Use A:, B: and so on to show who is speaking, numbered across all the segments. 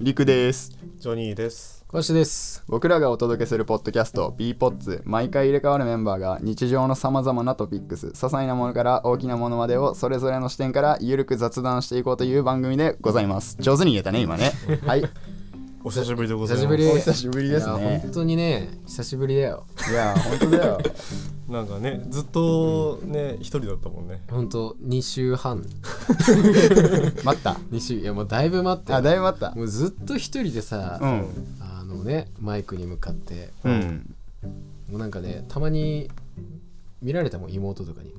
A: りくです
B: ジョニーです。
C: 小しです。
A: 僕らがお届けするポッドキャスト b ポッツ毎回入れ替わるメンバーが日常のさまざまなトピックス些細なものから大きなものまでをそれぞれの視点からゆるく雑談していこうという番組でございます上手に言えたね今ね はい
B: お久しぶりでござい
C: 久
B: ます。
C: しぶり。
A: お久しぶりですね
C: いや本当にね、久しぶりだよ。
A: いや本当だよ
B: なんかね、ずっとね、一人だったもんね。
C: 本当二週半、
A: 待った
C: 二週いやもうだいぶ待っ て。
A: あだいぶ待った
C: もうずっと一人でさ、
A: うん
C: あのねマイクに向かって、
A: うん
C: もうなんかねたまに見られたもん妹とかに。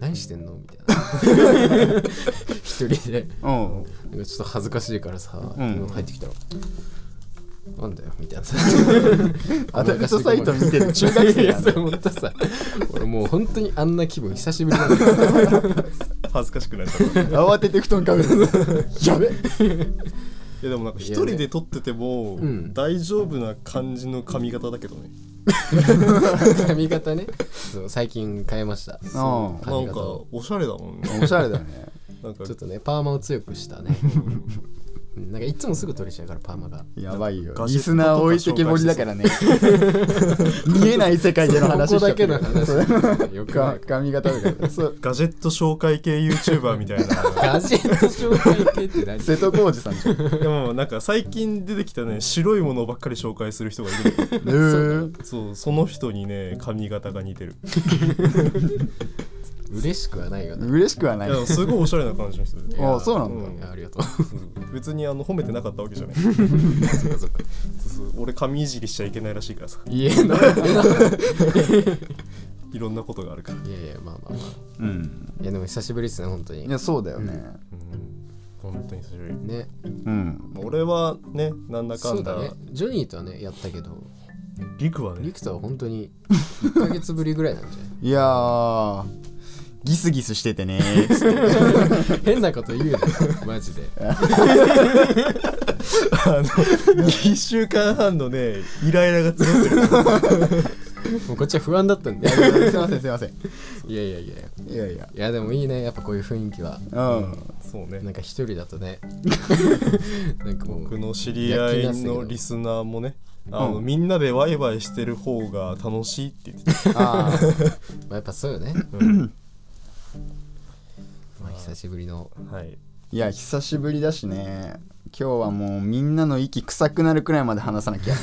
C: 何してんのみたいな 一人で
A: うん
C: なんかちょっと恥ずかしいからさ、
A: ん
C: 入ってきたら「なんだよ」みたいなさ
A: アダルトサイト見て る中学生
C: い
A: や
C: や
A: ん
C: それ本当さ俺もう本当にあんな気分久しぶりなんだよ
B: 恥ずかしくなっち ゃった。い
A: 慌てて布団かぶる やべ
B: やでもなんか一人で撮ってても
C: うん
B: 大丈夫な感じの髪型だけどね。
C: 髪型ねそう最近変えました
A: うん
C: そう
B: なん
C: 髪
B: か
C: 型を
B: おしゃれだもんね。
A: おしゃれだね
B: なんか
C: ちょっとねパーマを強くし たねうんなんかいつもすぐ取れちゃうからパーマが
A: やばいよ
B: ガ。
A: リ
B: ジェットとか
A: スナー置いてけぼりだからね。見えない世界での話し
C: こ
A: ち
C: こ
A: ゃ
C: だ
A: って
C: けの
A: る
C: 話
A: そう
C: よくな
A: か
C: い
A: 髪型だから。そう
B: ガジェット紹介系 YouTuber みたいな。
C: ガジェット紹介系って何
A: 瀬戸康史さんじゃん。う
B: でもなんか最近出てきたね、白いものばっかり紹介する人がいるの。
A: ー
B: そう、その人にね、髪型が似てる。
C: 嬉しくはないよね
A: 嬉しくはないい
B: や。でもすごいおしゃれな感じの人で。
A: あそうなんだ
B: う
C: い
B: ん
C: やありがとう
B: 別にあの褒めてなかったわけじゃないそうそう俺髪いじりしちゃいけないらしいからさ
C: 言えない
B: いろんなことがあるから、
C: いやいやまあまあまあ
A: うん。
C: いやでも久しぶりですね本当に
A: いや、そうだよね。
B: うん、本当に久しぶり
C: ね
A: うん。
B: 俺はねなんだか
C: そうん
B: だ
C: だねジョニーとはねやったけど
B: リクは
C: リ
B: ね
C: クとは本当に1ヶ月ぶりぐらいなんじゃない
A: いやー、ギスギスしててね。
C: 変なこと言うなよマジで
B: あの1週間半のねイライラが募ってる
C: もうこっちは不安だったん で
A: すいません、すいません。
C: いやいやいや
A: いやいや。
C: いやでもいいねやっぱこういう雰囲気は
A: うん。
B: そう
C: な
B: ね
C: んか一人だと ねなんかも
B: 僕
C: う
B: の知り合いのリスナーもねあの、
A: うん
B: みんなでワイワイしてる方が楽しいって言ってた、
A: あー
C: まあやっぱそうよね
B: うん
C: まあ久しぶりの
B: はい
A: いや、久しぶりだしね。今日はもうみんなの息臭くなるくらいまで話さなきゃ。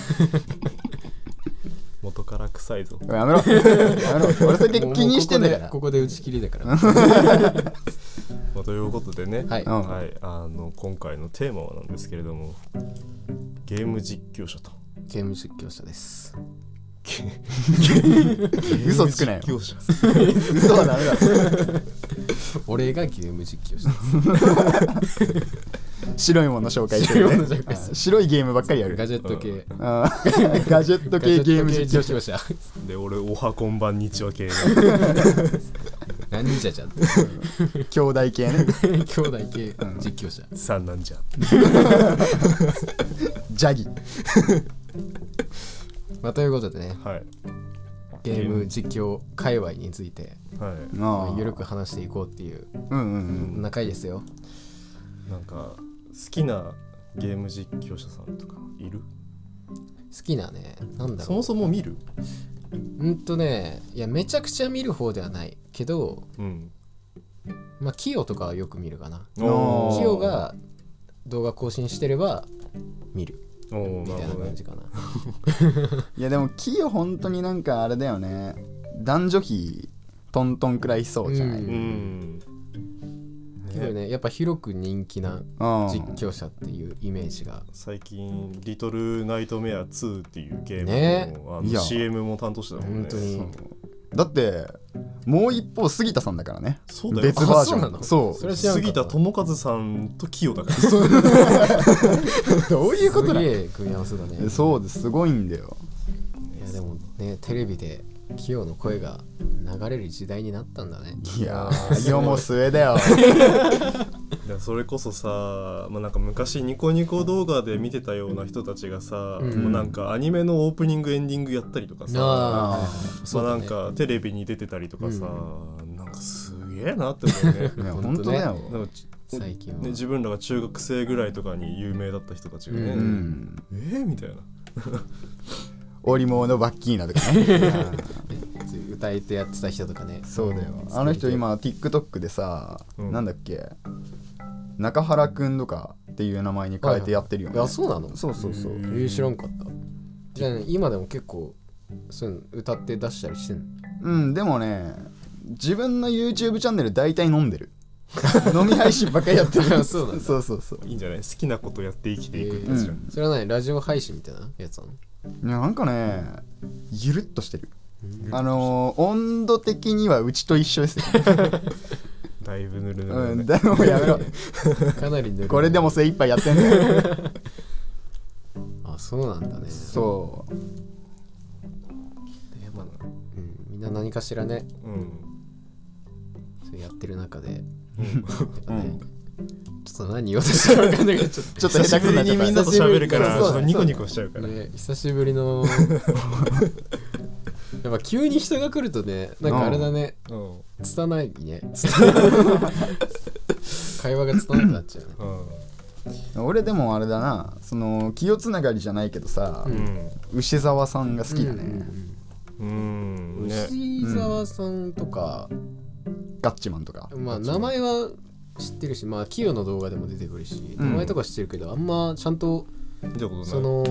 B: 元から臭いぞ
A: やめろ。やめろ。俺それ
C: もう
A: 気にしてんだから
C: もう。ここでここで打ち切りだから
B: まあ、ということでね、
C: はい
A: うん
B: はい、あの今回のテーマはなんですけれどもゲーム実況者と
C: ゲーム実況者です
A: 嘘つくなよ
B: ゲーム実況者
A: 嘘はダメだ。
C: 俺がゲーム実況者です
A: 白いもの紹介してる、ね、
C: 白いもの紹介す
A: あ白いゲームばっかりやる
C: ガジェット系
A: あー ガジェット
C: ガ
A: 系
C: ジェ
A: ゲ
C: ット
A: ーム
C: 系
A: 実況
C: 実況者
B: で俺おはこんばんにちは系の
C: 何じゃじゃん
A: 兄弟系ね
C: 兄弟系実況者
B: 三男じゃ
A: ジャギ
C: まあということでね
B: はい
C: ゲーム実況界隈について
B: はい
A: あ
C: ゆるく話していこうっていう
A: うんうん
C: 仲いいですよ
B: なんか好きなゲーム実況者さんとかいる
C: 好きなねなんだ
B: そ
C: ろ
B: も
C: う
B: そも見る
C: うんとねいやめちゃくちゃ見る方ではないけど
B: うん
C: まあキヨとかはよく見るかな
A: ーお
C: キヨが動画更新してれば見る
B: おー
C: み
B: なる
C: たいな
B: ほどね
C: 感じかな
A: うんいやでもキヨ本当になんかあれだよね男女比トントンくらいそうじゃない、
C: う
B: うんん
C: けど
B: ね
C: ねやっぱ広く人気な
A: うん
C: 実況者っていうイメージが
B: 最近「リトルナイトメア2」っていうゲームの,、
C: ね
B: あ
A: いや
B: の CM も担当してたもんね
C: 本当に
A: だってもう一方杉田さんだからね
B: そうだよ
A: 別バージョン
C: あそうなの
A: そう
C: それ知らんか
B: 杉
C: った
B: 田智和さんと清だから
A: どういうことだ
C: すげえ組み合わせだね
A: えそうですすごいんだよ
C: いやでもねテレビでキヨの声が流れる時代になったんだね
A: いやー世も末だよ
B: いやそれこそさ、まあ、なんか昔ニコニコ動画で見てたような人たちがさ、
C: うん
B: もうなんかアニメのオープニングエンディングやったりとかさ
C: あ
A: あ
C: そ
B: ま
C: う
B: あ、
C: だ
B: な
C: ね
B: んかテレビに出てたりとかさ、なんかすげえなって思うね
A: いや
C: ほん
A: 本
C: と
A: 当
C: ね
A: だよ
B: なんかち
C: 最近は、
B: ね、自分らが中学生ぐらいとかに有名だった人たちがね、
A: う
C: う
A: ん
B: えー、みたいな
A: 織物のバッキーナとかね
C: 歌い手やってた人とかね
A: そうだよあの人今 TikTok でさ、
B: うん
A: なんだっけ中原くんとかっていう名前に変えてやってるよね、
C: あそうなの
A: そうそうそう
C: えー、知らんかったじゃあ今でも結構そういうの歌って出したりしてんの
A: うんでもね自分の YouTube チャンネル大体飲んでる 飲み配信ばっかりやってる
C: あそうなんだ
A: そうそうそう
B: いいんじゃない好きなことやって生きていくって
A: うん
B: やつじゃん、
C: それは何ラジオ配信みたいなやつなの
A: いやなんかねゆるっとしてるあのー温度的にはうちと一緒です ね
B: だいぶぬるぬ
A: う
B: る、
A: ん
B: ね
A: でもやめ ろ
C: かなりぬる い
A: これでも精一杯やってんだよ
C: あそうなんだね
A: そう
C: でまあうん、みんな何かしらね
B: うん
C: それやってる中で、なんか
A: う
C: ね
A: ん
C: ちょっと何言おうとしたか分かんないけどちょっ
A: ちょっと下手くそになっちゃった
B: みんなと喋るからち
C: そうそ
B: ょ
C: う
B: っとニコニコしちゃうか
C: と
B: ら、
C: ね久しぶりの やっぱ急に人が来るとねなんかあれだね
B: うんうん
C: 拙いね 会話が拙くなっちゃうね
A: 俺でもあれだなその清つながりじゃないけどさ、
C: う
A: 牛沢さんが好きだね、
B: うん、うん、ね
C: 牛沢さんとか、
A: ガッチマンとか
C: まあ名前は知ってるしまあキヨの動画でも出てくるし、
A: うん
C: 名前とか知ってるけどあんまちゃんと
B: 見たことない
C: その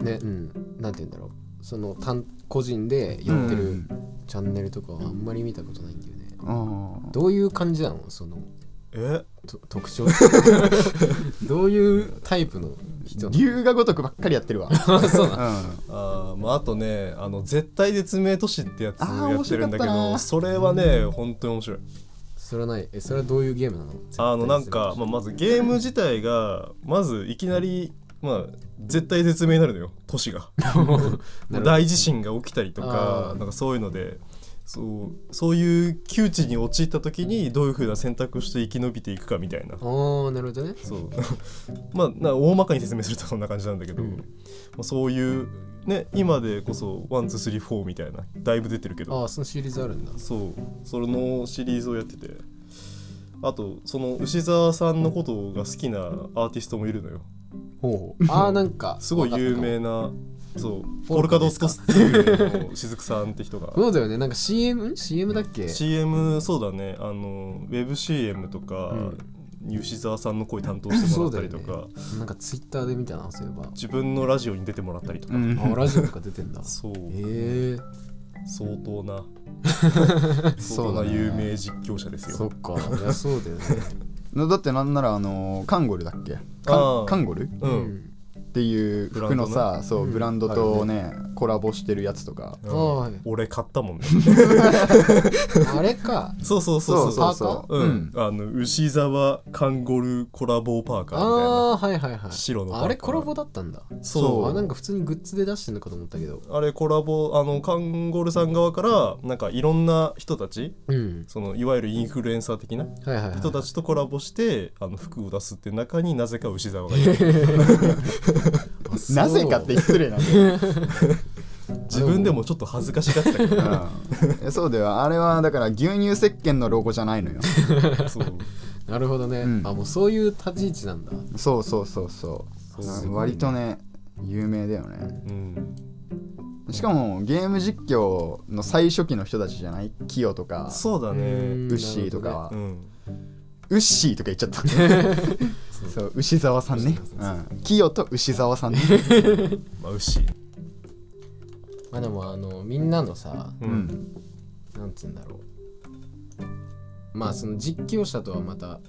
C: ねうんなんて言うんだろうその単個人でやって
A: う
C: る
A: ん
C: チャンネルとかはあんまり見たことないんだよね、
A: あ
C: どういう感じなのその
B: え
C: と 特徴どういうタイプの人
A: あ
C: な
A: 龍が如くばっかりやってるわ、
C: の そうなの
A: う
B: あーまああとねあの絶対絶命都市ってやつ
A: あー
B: やってるんだ
A: 面白か
B: け
A: った
B: ど
A: な
B: それはね本当に面白い
C: それはないえそれはどういうゲームなの
B: あのなんか、まあ、まずゲーム自体がまずいきなりまあ絶対絶命になるのよ都市が
C: なるほど
B: 大地震が起きたりと
C: あ
B: か
C: ー
B: なんかそういうのでそうそういう窮地に陥った時にどういうふうな選択をして生き延びていくかみたいな
C: ああなるほどね
B: そう まあな大まかに説明するとそんな感じなんだけど、
C: うん
B: まあ、そういうね今でこそワンツースリーフォーみたいなだいぶ出てるけど
C: ああそのシリーズあるんだ
B: そうそのシリーズをやっててあとその牛沢さんのことが好きなアーティストもいるのよ
C: ほうああなんか
B: すごい有
C: わかっ
B: 名なそう
C: ポ
B: ポ
C: ル
B: ル
C: カ
B: カ
C: で
B: ド
C: す
B: ス
C: か
B: コスっていうのを雫さんって人
C: た
B: が
C: かもそうだよねなんか CM?CM だっけ
B: CM そうだねあのウェブ CM とか、牛沢さんの声担当してもらったりと
C: そうだ
B: か、
C: なんかツイッターで見たなそういえば
B: 自分のラジオに出てもらったりとか、
A: ん
C: あラジオとか出てんだ
B: そう
C: ええ
B: 相当な相
A: そう
B: 当
A: だね
B: な有名実況者ですよ
C: そっかいやそ うだよね
A: うん だってなんならあのカンゴルだっけ
B: あ
A: カ
B: ー
A: ンカンゴル
B: う、
C: うん
A: っていう服のさそう
C: うん
A: ブランドとね、コラボしてるやつとか
B: うん
C: はい
B: 俺買ったもんね
C: あれ か
B: そうそうそうそう
A: そ
C: そうそう
A: う
B: う
A: うん
B: ん、あの牛沢カンゴルコラボパーカーみたいな
C: ああーはいはいはい
B: 白のパーカー
C: あれコラボだったんだ
B: そう
C: あなんか普通にグッズで出してんのかと思ったけど
B: あれコラボあのカンゴルさん側からなんかいろんな人たち
C: うん
B: そのいわゆるインフルエンサー的な
C: はいはい、はい、
B: 人たちとコラボしてあの服を出すって中になぜか牛沢がいる
C: あそう
A: なぜかって失礼なんだ よ、
B: 自分でもちょっと恥ずかしがってたけど
A: うんえ、そうだよあれはだから牛乳石鹸のロゴじゃないのよ
B: そう
C: なるほどね、
A: うん
C: あもうそういう立ち位置なんだ
A: そうそうそうそう
C: すごいね
A: 割とね有名だよね
B: うん
A: しかもゲーム実況の最初期の人たちじゃないキヨとか
B: そうだね
A: ウッシーとかは、
B: うん
A: ウッシーとか言っちゃったそう牛沢さんね、うん、キヨと牛沢さんね、
B: まあウッシー
C: まあでもあのみんなのさ
B: う
A: うんん、
C: なんつうんだろうまあその実況者とはまた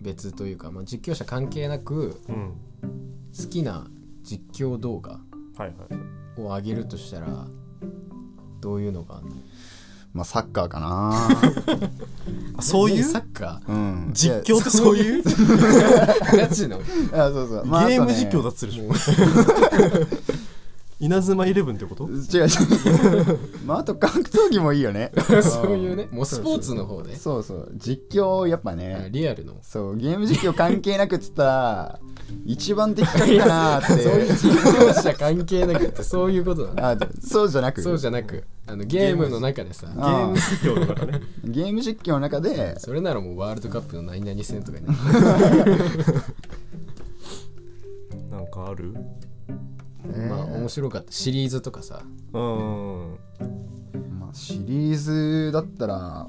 C: 別というか、まあ、実況者関係なく
B: うん
C: 好きな実況動画
B: はいはい
C: を上げるとしたらどういうのがあんの
A: まあサッカーかな
B: あそうい
C: ねサ
B: う
C: ッカ
A: うん
B: 実況ってそういう
C: ーガチの
A: いやあそうそう、
B: ゲーム実況
A: だ
B: だっつるでしょ稲妻イレブンってこと
A: 違う 違うまああと格闘技もいいよね
C: そういうねもうスポーツの方で
A: そうそう実況やっぱね、
C: リアルの
A: そうゲーム実況関係なくっつったら一番的確かなーって
C: そういう実況者関係なくってそういうことなの
A: あそうじゃなく
C: そうじゃなくあのゲームの中でさ
B: ゲーム実況とかね
A: ゲーム実況の中で
C: それならもうワールドカップの何々戦とかになる
B: なんかある
C: まあ面白かったシリーズとかさ
B: うん
A: まあ、シリーズだったら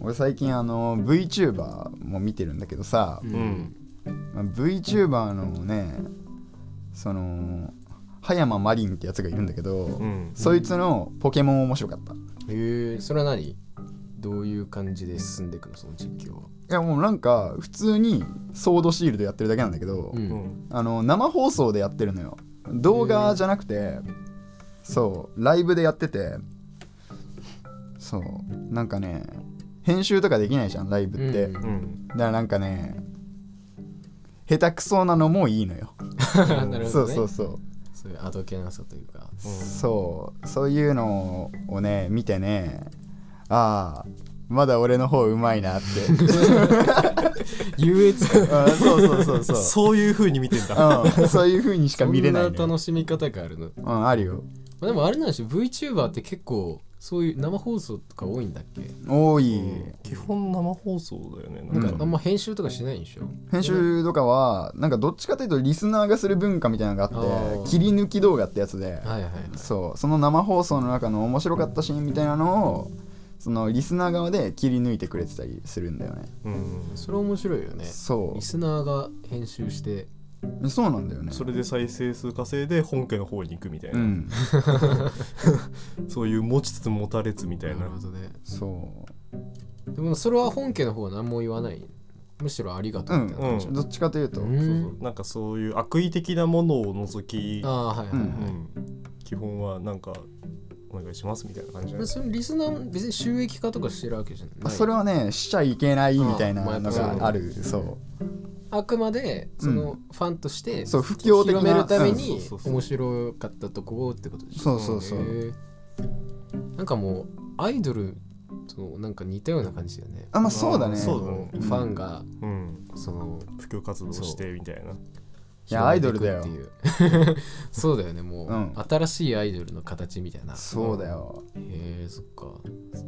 A: 俺最近あの VTuber も見てるんだけどさ、
B: うん
A: まあ VTuber のねその葉山マリンってやつがいるんだけど、
B: うん
A: そいつのポケモン面白かったい
C: へえそれは何どういう感じで進んでいくのその実況は
A: やもうなんか普通にソードシールドやってるだけなんだけど、
C: う
B: うんん
A: あの生放送でやってるのよ動画じゃなくてそうライブでやっててそうなんかね編集とかできないじゃんライブって、
C: うん
B: うん
A: だからなんかね下手くそなのもいいのよ、
C: なるほどね
A: そうそうそう、
C: そういうあどけなさというか
A: そうそういうのをね見てねああまだ俺の方うまいなって
C: 優越感
A: あー そうそうそうそ う
B: そういう風に見てんだ
A: うん、そういう風にしか見れない
C: そんな
A: のよ、
C: 楽しみ方があるのま
A: うん、あるよ
C: あでもあれなんでしょ VTuber って結構そういう生放送とか多いんだっけ
A: 多い、
B: 基本生放送だよねなん
C: な
B: んか
C: かあんま編集とかしないんでしょ
A: 編集とかはなんかどっちかというとリスナーがする文化みたいなのが
C: あ
A: あっ
C: ー
A: て切り抜き動画ってやつで
C: はいはいはい
A: そうその生放送の中の面白かったシーンみたいなのをそのリスナー側で切り抜いてくれてたりするんだよね
B: うん
C: それ面白いよね
A: そ
C: リスナーが編集して
A: うそうなんだよね
B: それで再生数稼いで本家の方に行くみたいうなんそういう持ちつ持たれつみたい
C: な
B: な
C: るほどね
A: そ
C: でもそれは本家の方は何も言わないむしろありがとうみたいな感じ
A: うどっちかというと
C: うん
B: そうそうなんかそういう悪意的なものを除き、
C: ああーはいはい、
A: うん
B: うん、基本はなんかお願いしますみたいな感じなんで
C: で
B: す
C: そのリスナーも別に収益化とかしてるわけじゃない、
A: それはねしちゃいけないみたいなのがあるそ
C: あくまでそのファンとして、
A: うそう不況的な
C: 広めるため
A: うん
C: に
B: そうそうそう
C: 面白かったとこをってことでしょ
A: そうそうそう
C: へーなんかもうアイドルとなんか似たような感じだよね
A: あまあそうだね
B: あーそうだね
C: ファンが
B: うん、
C: その
B: 布教活動してみたいな
A: やアイドルだよ
C: 広めていくっていうそうだよねもう、
A: うん
C: 新しいアイドルの形みたいなへ
A: そうだよ
C: えそっか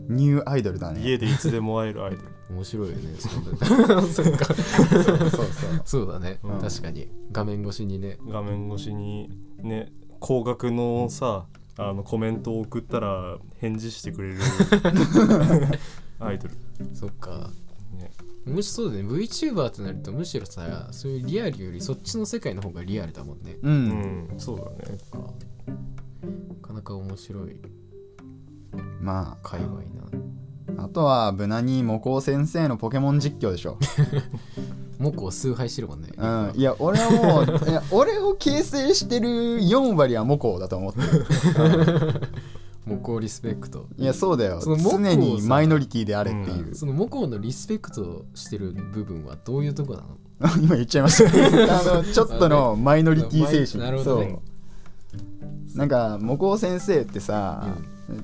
A: ニューアイドルだね
B: 家でいつでも会えるアイドル
C: 面白いよね そうそっか
A: そうそうそう
C: そうだね、
B: うん
C: 確かに画面越しにね
B: 画面越しにね高額のさあのコメントを送ったら返事してくれるアイドル、
C: そっか
B: ね、
C: むしろそうだね VTuber ってなるとむしろさそういうリアルよりそっちの世界の方がリアルだもんね
A: う
B: うんんそうだね
C: そっかなかなか面白い
A: ま
C: 界隈な
A: ああとは無難にモコウ先生のポケモン実況でしょ
C: モコを崇拝してるもんね、
A: うん、いや俺はもういや俺を形成してる4割はモコだと思ってる
C: モコをリスペクト
A: いやそうだよ
C: そのモコをさ
A: 常にマイノリティであれっていう、
C: そのモコのリスペクトしてる部分はどういうとこなの
A: 今言っちゃいましたあのちょっとのマイノリティ精神
C: なるほどね
A: そうなんかモコ先生ってさ、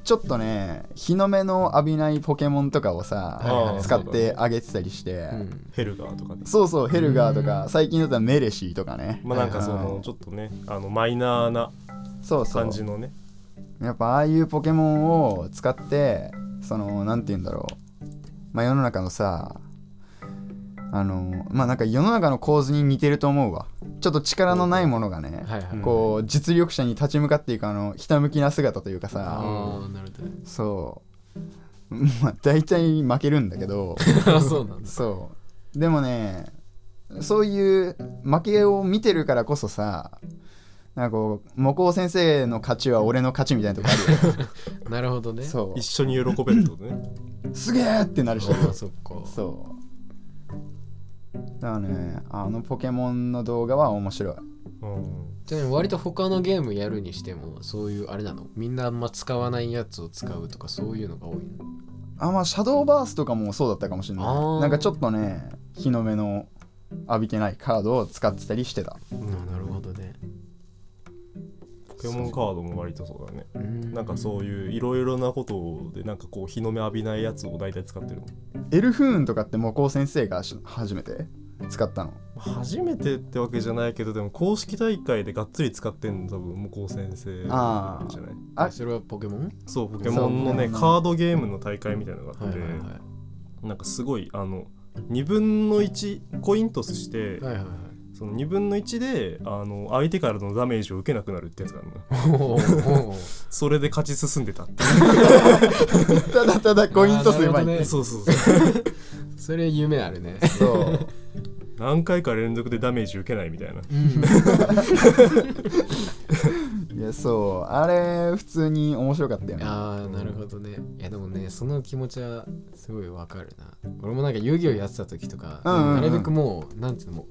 A: ちょっとね日の目の浴びないポケモンとかをさ、
C: はいはいはい
A: 使ってあげてたりして、
C: うん
B: ヘルガーとかね
A: そうそうヘルガーとか、最近だったらメレシーとかね、
B: まあなんかそ
A: うん
B: のちょっとねあのマイナーな
A: そうそう
B: 感じのね
A: やっぱああいうポケモンを使ってそのなんて言うんだろう、まあ、世の中のさあのまあなんか世の中の構図に似てると思うわちょっと力のないものがね、
C: はいはい
A: こう実力者に立ち向かっていくあのひたむきな姿というかさ
C: ああなるほどね
A: そう まあ大体負けるんだけど
C: あ そうなんだ
A: そうでもねそういう負けを見てるからこそさなんかこうモコウ先生の勝ちは俺の勝ちみたいなとこあるよ ね
C: なるほどねう
A: そ
B: 一緒に喜べるってことね
A: うすげえってなる人
C: そっか
A: そうだからねあのポケモンの動画は面白い
B: うん
C: じゃあ割と他のゲームやるにしてもそういうあれなのみんなあんま使わないやつを使うとかそういうのが多いの
A: あまあシャドーバースとかもそうだったかもしれ
C: あ
A: な
C: ー
A: いなんかちょっとね日の目の浴びてないカードを使ってたりしてた
C: あなるほどね
B: ポケモンカードも割とそうだね
C: うん
B: なんかそういういろいろなことでなんかこう日の目浴びないやつを大体使ってるもん
A: エルフーンとかってモコウ先生がし初めて使ったの
B: 初めてってわけじゃないけどでも公式大会でがっつり使ってんの多分向こう先生じ
A: あ
B: ゃ
A: ー
B: ない
A: あ
C: それはポケモン
B: そうポケモンのね
A: そう
B: カードゲームの大会みたいなのがあって、なんかすごいあの2分の1コイントスして、
C: はいはいはい
B: その2分の1であの相手からのダメージを受けなくなるってやつがあるの
C: おーおー
B: それで勝ち進んでたって
A: ただただコイント数うまい、
C: あーなるほどね
B: そうそうそう
C: それ夢あるね
A: そう
B: 何回か連続でダメージ受けないみたいな
C: うん
A: いやそうあれ普通に面白かったよね
C: ああなるほどねいやでもねその気持ちはすごいわかるな俺もなんか遊戯をやってた時とか、
A: うんうんうん
C: なるべくもうなんていうのもう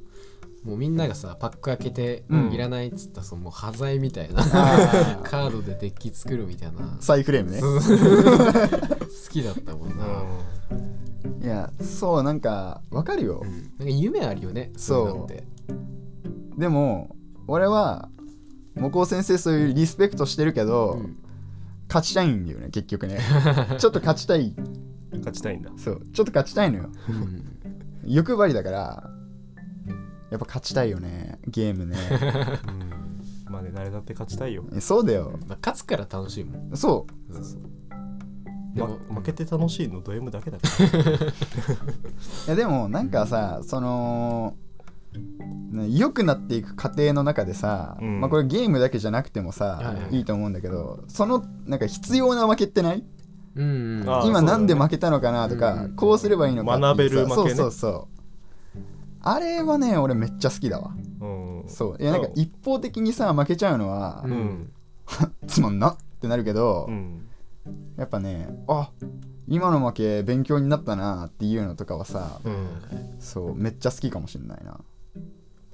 C: もうみんながさパック開けて、
A: うん
C: いらないっつったそのもう端材みたいな
A: あー
C: カードでデッキ作るみたいな
A: サイフレームね
C: そうそうそう好きだったもんな、
A: いやそうなんかわかるよ
C: うんなんか夢あるよね
A: そう
C: そういうのって
A: でも俺は向こう先生そういうリスペクトしてるけど、
C: うん
A: 勝ちたいんだよね結局ね ちょっと勝ちたい
B: 勝ちたいんだ
A: そうちょっと勝ちたいのよ
C: うん
A: 欲張りだからやっぱ勝ちたいよねゲームね
B: う んまあね誰だって勝ちたいよ
A: そうだよ
C: まあ、勝つから楽しいもん
A: そ
C: でも、
B: ま負けて楽しいのド M だけだか
A: ういやでもなんかさそのね良くなっていく過程の中でさ、
B: うん
A: まあ、これゲームだけじゃなくてもさ、
C: はいはい
A: いいと思うんだけどそのなんか必要な負けってない
C: うんうん
B: あー
A: 今なんで
B: そうだね
A: 負けたのかなとか、
C: うんうん
A: こうすればいいのかっていうさ
B: 学べる負けね
A: そうそうそうあれはね俺めっちゃ好きだわ
B: らうん
A: そういやなんか一方的にさ負けちゃうのは、
C: う
B: うん
C: ん
A: つまんなってなるけど、
B: うん
A: やっぱねあ今の負け勉強になったなっていうのとかはさ
B: うん
A: そうめっちゃ好きかもしんないな、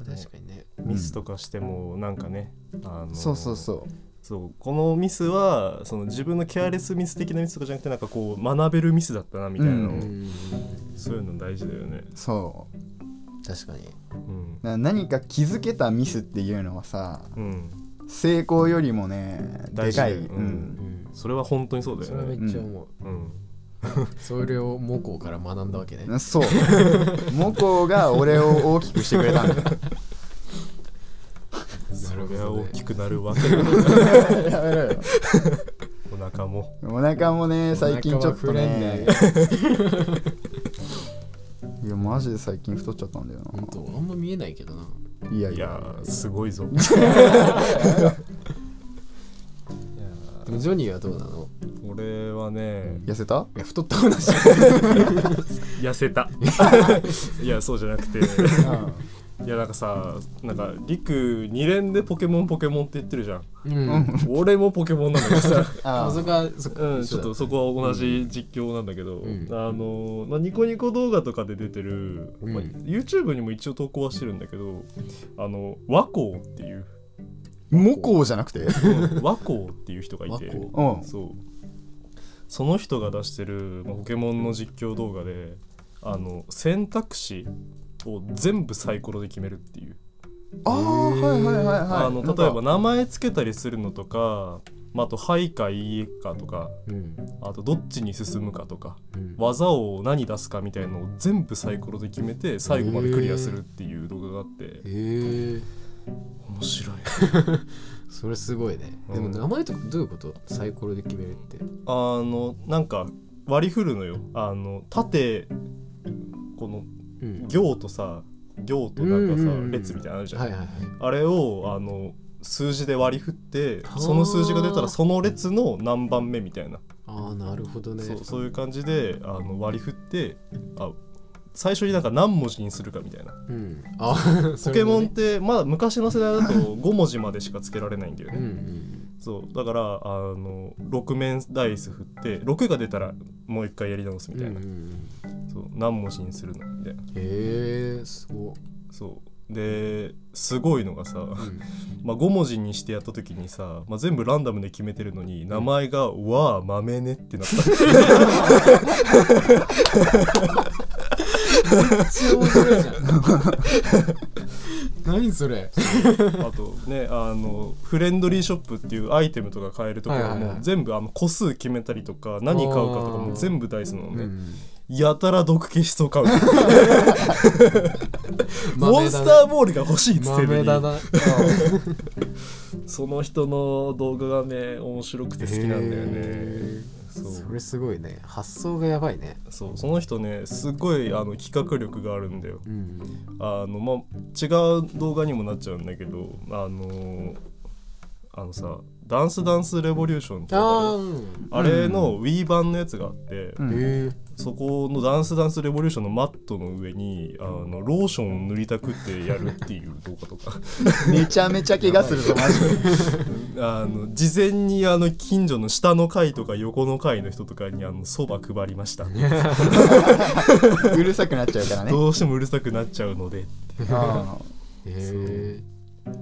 C: 確かにね
B: ミスとかしてもなんかねあの
A: そうそうそう
B: そうこのミスはその自分のケアレスミス的なミスとかじゃなくてなんかこう学べるミスだったなみたいなのを、
A: う
C: うん
B: そういうの大事だよね、
A: そう
C: 確かに
B: うん
A: だから何か気づけたミスっていうのはさ
B: うん、
A: 成功よりもねで
B: 大事
A: か
B: だ
A: い、
B: よ
A: う
B: う
A: んん
C: うん
B: それは本当にそうだ
C: それは
B: よ
C: め
B: ね、
C: っちゃ思う、
B: うん、
C: それを母校から学んだわけね。
A: そう モコが俺を大きくしてくれたんだ
B: そ
C: なるほどね
B: れは大きくなるわけだよ
A: やめろよ
B: お腹も
A: お腹もね最近ちょっとね
C: お腹は
A: いやマジで最近太っちゃったんだよ
C: 本当あんま見えないけどな。
A: ないやい
B: いや
A: や
B: ーすごい ぞ
C: でもジョニーはどうなの
B: 俺はね
A: 痩せた
C: いや太った話。
B: 痩せ たいやそうじゃなくて
A: う
B: いやなんかさなんかりく2連でポケモンポケモンって言ってるじゃん
C: うん。
B: 俺もポケモンなんだけどさ
A: あ
C: あそこはそこ
B: うん、ちょっとそこは同じ実況なんだけど、
C: うん
B: あのまあ、ニコニコ動画とかで出てる、
C: うん
B: まあ、YouTube にも一応投稿はしてるんだけどあの和光っていう
A: モコじゃなくて
B: 和光っていう人がいて
C: 和光
A: うん
B: そうその人が出してる、まあ、ポケモンの実況動画であの選択肢を全部サイコロで決めるっていう、
A: ああはいはいはいはい
B: あの例えば名前つけたりするのとか、まあ、あと「はい」か「いいえ」かとか
C: うん。
B: あとどっちに進むかとか。
C: うん
B: 技を何出すかみたいのを全部サイコロで決めて最後までクリアするっていう動画があって
C: へえ。
B: 面白い
C: それすごいね。
B: うん
C: でも名前とかどういうことサイコロで決めるって。
B: あのなんか割り振るのよあの縦この
C: うん。
B: 行とさ行となんかさ、
C: うんうんうん
B: 列みたいなのあるじゃん、
C: はいはいはい。
B: あれをあの数字で割り振って
C: はあ
B: その数字が出たらその列の何番目みたいな、
C: ああ、なるほどね。
B: そうそういう感じであの割り振ってあ最初になんか何文字にするかみたいな
C: うん。あ
B: ポ
C: それ
B: ケ
C: も
B: モ
C: ね
B: ンってまだ昔の世代だと5文字までしかつけられないんだよ
C: う
B: ね、
C: んうん。
B: そうだからあの6面ダイス振って6が出たらもう一回やり直すみたいな、
C: うんうんうん
B: そう何文字にするのみたいな
C: へえ、すごい。
B: そうですごいのがさ、
C: ん
B: まあ、5文字にしてやった時にさ、まあ、全部ランダムで決めてるのに名前が「わあ豆ね」ってなった
C: めっちゃ面白いじゃん。 何それ。
B: あとねあのフレンドリーショップっていうアイテムとか買えるところ
C: はいはいは
B: も
C: い
B: 全部あの個数決めたりとか何買うかとかも全部ダイスなのね、
C: うん
B: やたら毒消しと買うモンスターボールが欲しいっつって
C: 豆
B: る
C: だ
B: のに
C: な
B: その人の動画がね面白くて好きなんだよね
C: へ
B: そ
C: ー
B: う
C: それすごいね発想がやばいね
B: そうその人ねすごいあの企画力があるんだよ
C: うん
B: あのまあ違う動画にもなっちゃうんだけどあのあのさ「ダンスダンスレボリューション」って
C: ああ
B: あ
C: うん
B: あれの Wii 版のやつがあって、
A: うん
C: へえ
B: そこの「ダンスダンスレボリューション」のマットの上にあのローションを塗りたくってやるっていう動画と か
A: めちゃめちゃ怪我するぞマジで
B: あの事前にあの近所の下の階とか横の階の人とかにあのそば配りました、
A: うるさくなっちゃうからね
B: どうしてもうるさくなっちゃうので
A: あ
C: へ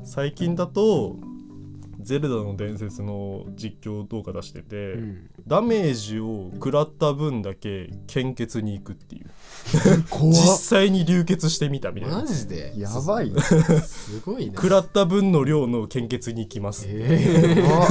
B: 最近だと「ゼルダの伝説」の実況動画出してて、
C: えうん
B: ダメージを食らった分だけ献血に行くっていう
A: 怖
B: 実際に流血してみたみたい
C: マ
B: な
C: ジで
A: やばいね
C: すごいな
B: 食らった分の量の献血に行きます、
C: ええ
A: 怖っ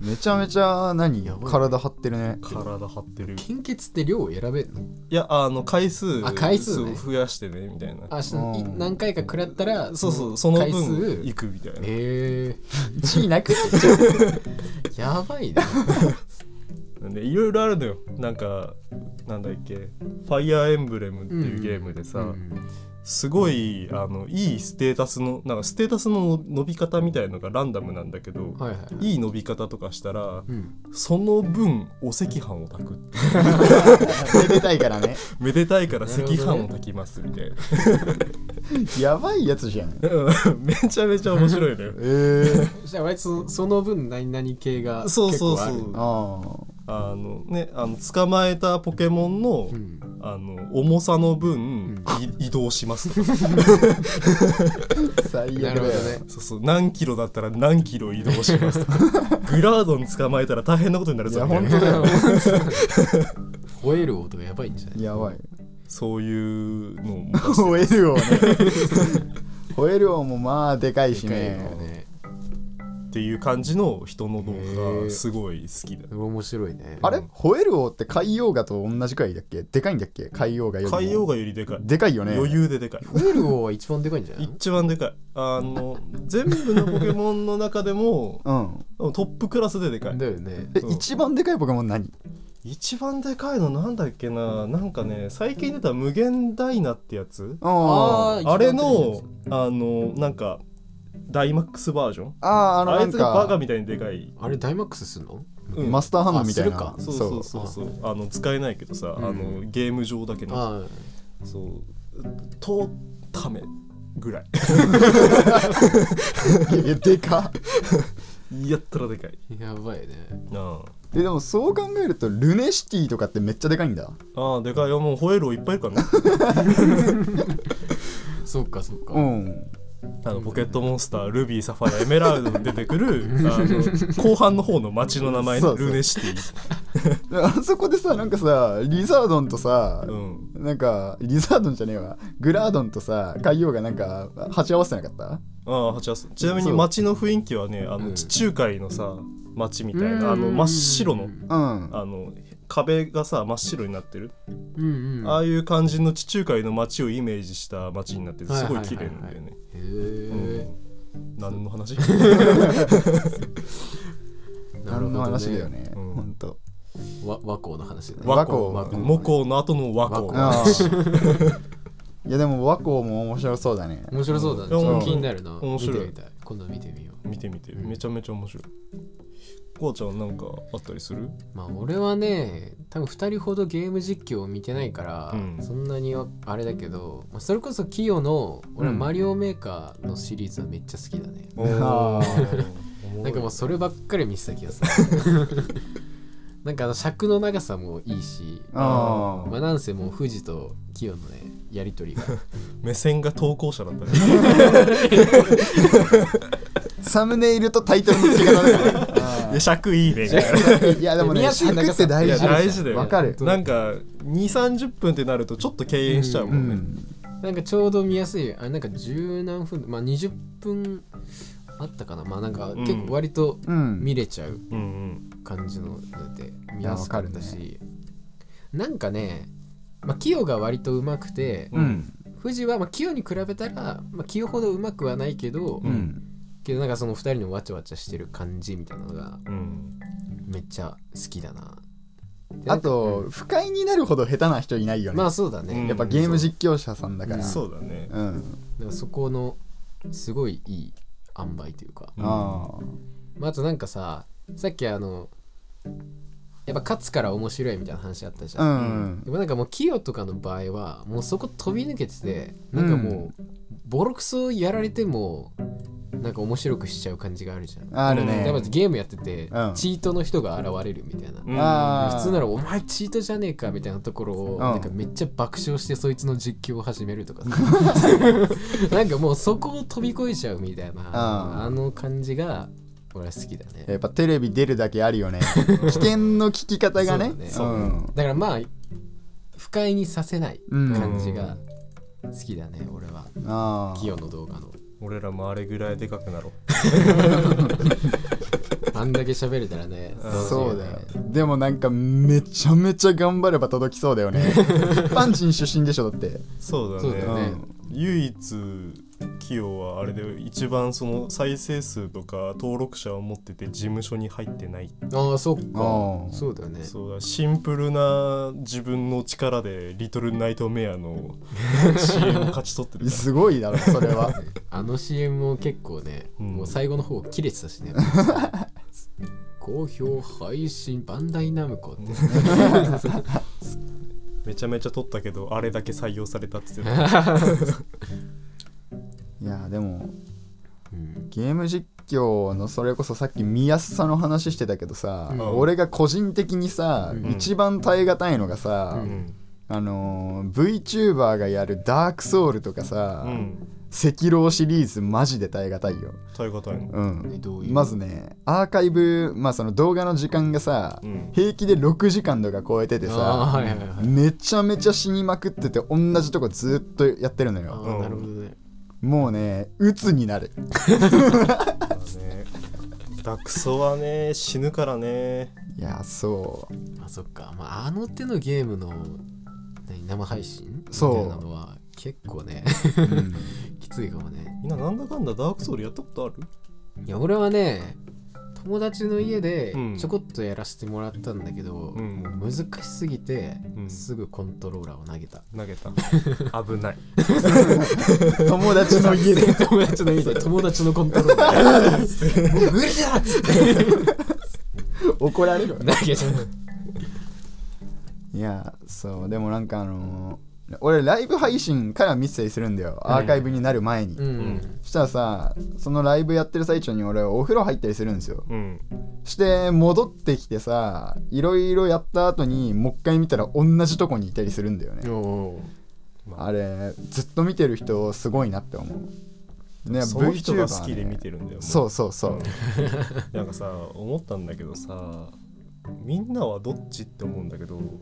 A: めちゃめちゃ何
C: やばい
A: 体張ってるね
B: 体張ってる
C: 献血って量を選べるの
B: いやあの回数
C: あ回数ね
B: そう増やしてねみたいな
C: あしい
A: うん
C: 何回か食らったら
B: そうそうその
C: 回
B: 分
C: 数
B: 行くみたいな
C: え
A: 血なくなっちゃう
C: えやばいな
B: なんでいろいろあるのよなんかなんだっけ「ファイアーエンブレム」っていうゲームでさ、
C: うん
B: すごいあのいいステータスのなんかステータスの伸び方みたいのがランダムなんだけど、
C: はいはいはい
B: い、い伸び方とかしたら
C: うん
B: その分お赤飯を炊くって
A: めでたいからね
B: めでたいから赤
C: なる
B: 飯
C: ほどね
B: を炊きますみた いな
A: やばいやつじゃんえ
B: うんめちゃめちゃ面白いのよ
A: えー、
C: じゃあ割とそその分何々系が結
B: そう
C: 構ある
B: そうそう
A: あ
B: あのねあの捕まえたポケモンの,、
C: うん
B: あの重さの分、い 移動しますとか
A: あ最悪だ
C: なる
A: よ
C: ほどね
B: そうそう何キロだったら何キロ移動しますとか グラードン捕まえたら大変なことになる
A: い
B: ぞ
A: や
B: みたいな
A: 本当だよ
C: 吠える音がやばいんじゃない
A: やばい
B: そういうのも
A: ホエル王 ねホエル王もまあでかいし
C: でかい
A: ね
C: よね
B: っていう感じの人の動画
C: へ
B: が
C: え
B: すごい好きだ
C: それ面白いね
A: あれホエル王って海洋ガと同じくらいだっけでかいんだっけ海洋ガよりも
B: 海洋がよりでかい
A: でかいよね
B: 余裕ででかい
C: 吠える王は一番でかいんじゃないの
B: 一番でかいあの全部のポケモンの中でも
A: うん
B: トップクラスででかい
C: だよね
A: え、
B: うん
A: 一番でかいポケモン何
B: 一番でかいのなんだっけななんかね最近出た無限ダイナってやつ
A: あ
C: 一番
B: あれの
C: で
B: あのなんかダイマックスバージョン
A: あああの
B: あ
A: ないん
B: つがバカ
A: か
B: みたいにでかい
C: あれダイマックスすんの
B: うん
A: マスターハンドみたい
C: あ
A: な
B: そうそうそうそうあの使えないけどさ、
C: うん
B: あのゲーム上だけの
C: あ
B: そうとためぐらい
A: いやでか
B: やったらでかい
C: あやばいね
B: あ
A: ででもそう考えるとルネシティとかってめっちゃでかいんだ
B: ああでかいよもうホエールをいっぱいい るからね
C: そっかそっか
A: うん
B: あのポケットモンスタールビーサファイアエメラルドに出てくるあの後半の方の街の名前ね
A: そうそう
B: ルネシティ、
A: あそこでさなんかさリザードンとさ、
B: うん、
A: なんかリザードンじゃねえわグラードンとさ海洋がなんか鉢合わせてなかった
B: ああ八ちなみに街の雰囲気はねあ
C: う
B: の
C: ん
B: 地中海のさ街みたい
C: うん
B: なあの真っ白
C: う
B: の
C: ん
A: うん
B: あの壁がさ真っ白になってる、
C: うん
B: ああいう感じの地中海の街をイメージした街になっててすごい綺麗なんだよね、
C: へえ
B: うん何の話
C: なる
A: あの
C: ほど
A: 話だよ
C: ね
A: ね、
B: うん
A: ほんと
C: わ和光の話だね
B: 和
A: 和
B: 光
A: 光
B: 和光木工の後の和
C: 和
B: 光
C: 光
A: あ ーいやでも和光も面白そうだね
C: 面白そうだねち
B: うん
C: ょっと気になるな
B: 面白い
C: 見てみたい今度見てみよう
B: 見てみてめちゃめちゃ面白いこうちゃんなんかあったりする
C: まあ俺はね多分2人ほどゲーム実況を見てないから、
B: うん
C: そんなにはあれだけど、まあ、それこそキヨの俺はマリオメーカーのシリーズはめっちゃ好きだね、
A: あ
C: なんかもうそればっかり見てた気がするなんかあの尺の長さもいいし
A: あー
C: まあなんせもう富士とキヨのねやり取りが
B: 目線が投稿者だったね
A: サムネイルとタイトルの付け方だよね
B: いや尺いいねみたい
A: いやでも
C: 見
A: ね
C: やすい
A: 尺って大
B: な
A: 事
C: や
A: だ
C: 長さ
B: 大事だよ
A: わかる
B: 本当なんか2三3 0分ってなるとちょっと敬遠しちゃうも
A: うん
B: ね、
A: ん
C: なんかちょうど見やすいあれなんか十何分まあ20分あったかなまあなんか結構割と
A: うん
C: 見れちゃう
B: うんうん
C: 感じので見やすかったし、なんかね、まあ、キヨが割とうまくて、
A: うん
C: 富士は、まあ、キヨに比べたら、まあ、キヨほどうまくはないけど、
A: うん
C: けどなんかその2人のわちゃわちゃしてる感じみたいなのが
B: うん
C: めっちゃ好きだな
A: あと、不快になるほど下手な人いないよね、
C: まあそうだね、
B: うん
A: やっぱゲーム実況者さんだから
B: そうだね
A: うん、
C: だからそこのすごいいい塩梅というか、
B: うん
A: ああ
C: まあ、あとなんかささっきあのやっぱ勝つから面白いみたいな話あったじゃ、
A: うんん
C: でもなんかもうキヨとかの場合はもうそこ飛び抜けててなんかもうボロクソやられてもなんか面白くしちゃう感じがあるじゃん
A: ある
B: うん
A: ね
C: 例えばゲームやってて、
A: うん
C: チートの人が現れるみたいな、
B: うん
A: ああ
C: 普通なら「お前チートじゃねえか」みたいなところを、
A: ん
C: なんかめっちゃ爆笑してそいつの実況を始めるとか なんかもうそこを飛び越えちゃうみたいな、
A: ん
C: あの感じが俺は好きだね
A: やっぱテレビ出るだけあるよ ね危険の聞き方がね
C: そうだ
A: ん
C: だからまあ不快にさせない
A: うん
C: 感じが好きだね、俺は
A: ああ
C: ギヨの動画の
B: 俺らもあれぐらいでかくなろ
C: あんだけ喋れたらね
B: うん
C: どしよ
A: そうう
C: ね
A: だよでもなんかめちゃめちゃ頑張れば届きそうだよ ねパンチン出身でしょだって
B: う そうだね
C: そうだよね
B: 唯一企業はあれで一番その再生数とか登録者を持ってて事務所に入ってない、
C: ああそっか
A: ああ
C: そうだよね
B: そうだシンプルな自分の力でリトルナイトメア の CM を勝ち取ってるか
A: すごいだろそれ は
C: あの CM も結構ね、
B: うん
C: もう最後の方切れてたしね。好評配信バンダイナムコって。
B: らめちゃめちゃ取ったけどあれだけ採用されたっつってた
A: いやでも
C: うん
A: ゲーム実況のそれこそさっき見やすさの話してたけどさ、
C: うん
A: 俺が個人的にさ、
C: うん
A: 一番耐え難いのがさ、
B: うん
A: あのー VTuber がやるダークソウルとか さ、
B: うん
A: 赤狼シリーズマジで耐え難いよ、
B: 耐え難いの
A: うん、
C: えどういう
A: まずねアーカイブ、まあ、その動画の時間がさ、
B: うん
A: 平気で6時間とか超えてて
C: あ
A: さ、
C: ーはいはいはい。
A: めちゃめちゃ死にまくってて同じとこずっとやってるの
C: あ
A: よ
C: ーなるほどね。
A: もうね鬱になる
B: だねダクソはね死ぬからね
A: いやそう
C: あそっか。まああの手のゲームの何生配信
A: そう
C: みたいなのは結構ね きついかもね。
B: みんななんだかんだダークソウルやったことある
C: いや俺はね友達の家で
B: うん
C: ちょこっとやらせてもらったんだけど、
B: うん
C: もう難しすぎて、
B: うん
C: すぐコントローラーを投げた。
B: 投げた 危ない
A: 友達の家で
C: 友達の家で友達のコントローラーもう無理だっつって
A: 怒られるわ
C: 投げちゃう
A: いやそうでもなんかあのー俺ライブ配信から見てたりするんだよアーカイブになる前に、
C: うん
A: そしたらさそのライブやってる最中に俺お風呂入ったりするんですよ
B: うん
A: して戻ってきてさいろいろやった後にもう一回見たら同じとこにいたりするんだよね
C: お
A: あれずっと見てる人すごいなって思うね
B: その人が
A: VTuber
B: 好きで見て
A: ね
B: るんだよ、
A: そううそうそう、
B: なんかさ思ったんだけどさみんなはどっちって思うんだけど
C: お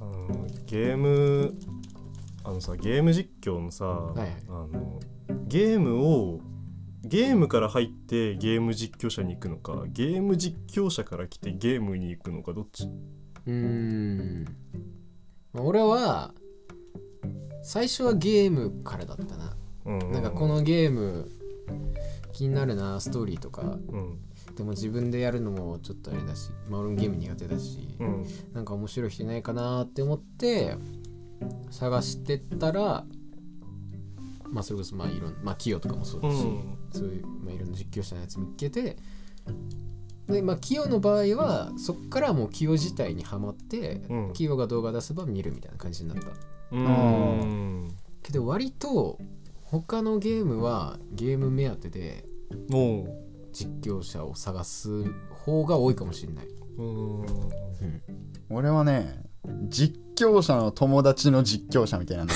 B: あのゲームあのさゲーム実況のさ、
C: はい
B: あのゲームをゲームから入ってゲーム実況者に行くのかゲーム実況者から来てゲームに行くのかどっち
C: うーん俺は最初はゲームからだったな
B: うん
C: なんかこのゲーム気になるなストーリーとか
B: うん
C: でも自分でやるのもちょっとあれだし、まあ、俺もゲーム苦手だし、
B: うん
C: なんか面白い人いないかなって思って探してったらまあそれこそまあいろんまあ企業とかもそう
B: う
C: だし、
B: ん
C: そういう、まあ、いろんな実況者のやつ見つけてでまあ企業の場合はそっからもう企業自体にはまって、
B: うん
C: 企業が動画出せば見るみたいな感じになった
B: うん
C: けど割と他のゲームはゲーム目当てで
B: も
C: 実況者を探す方が多いかもしれない、
B: ううん
A: 俺はね実況者の友達の実況者みたいなの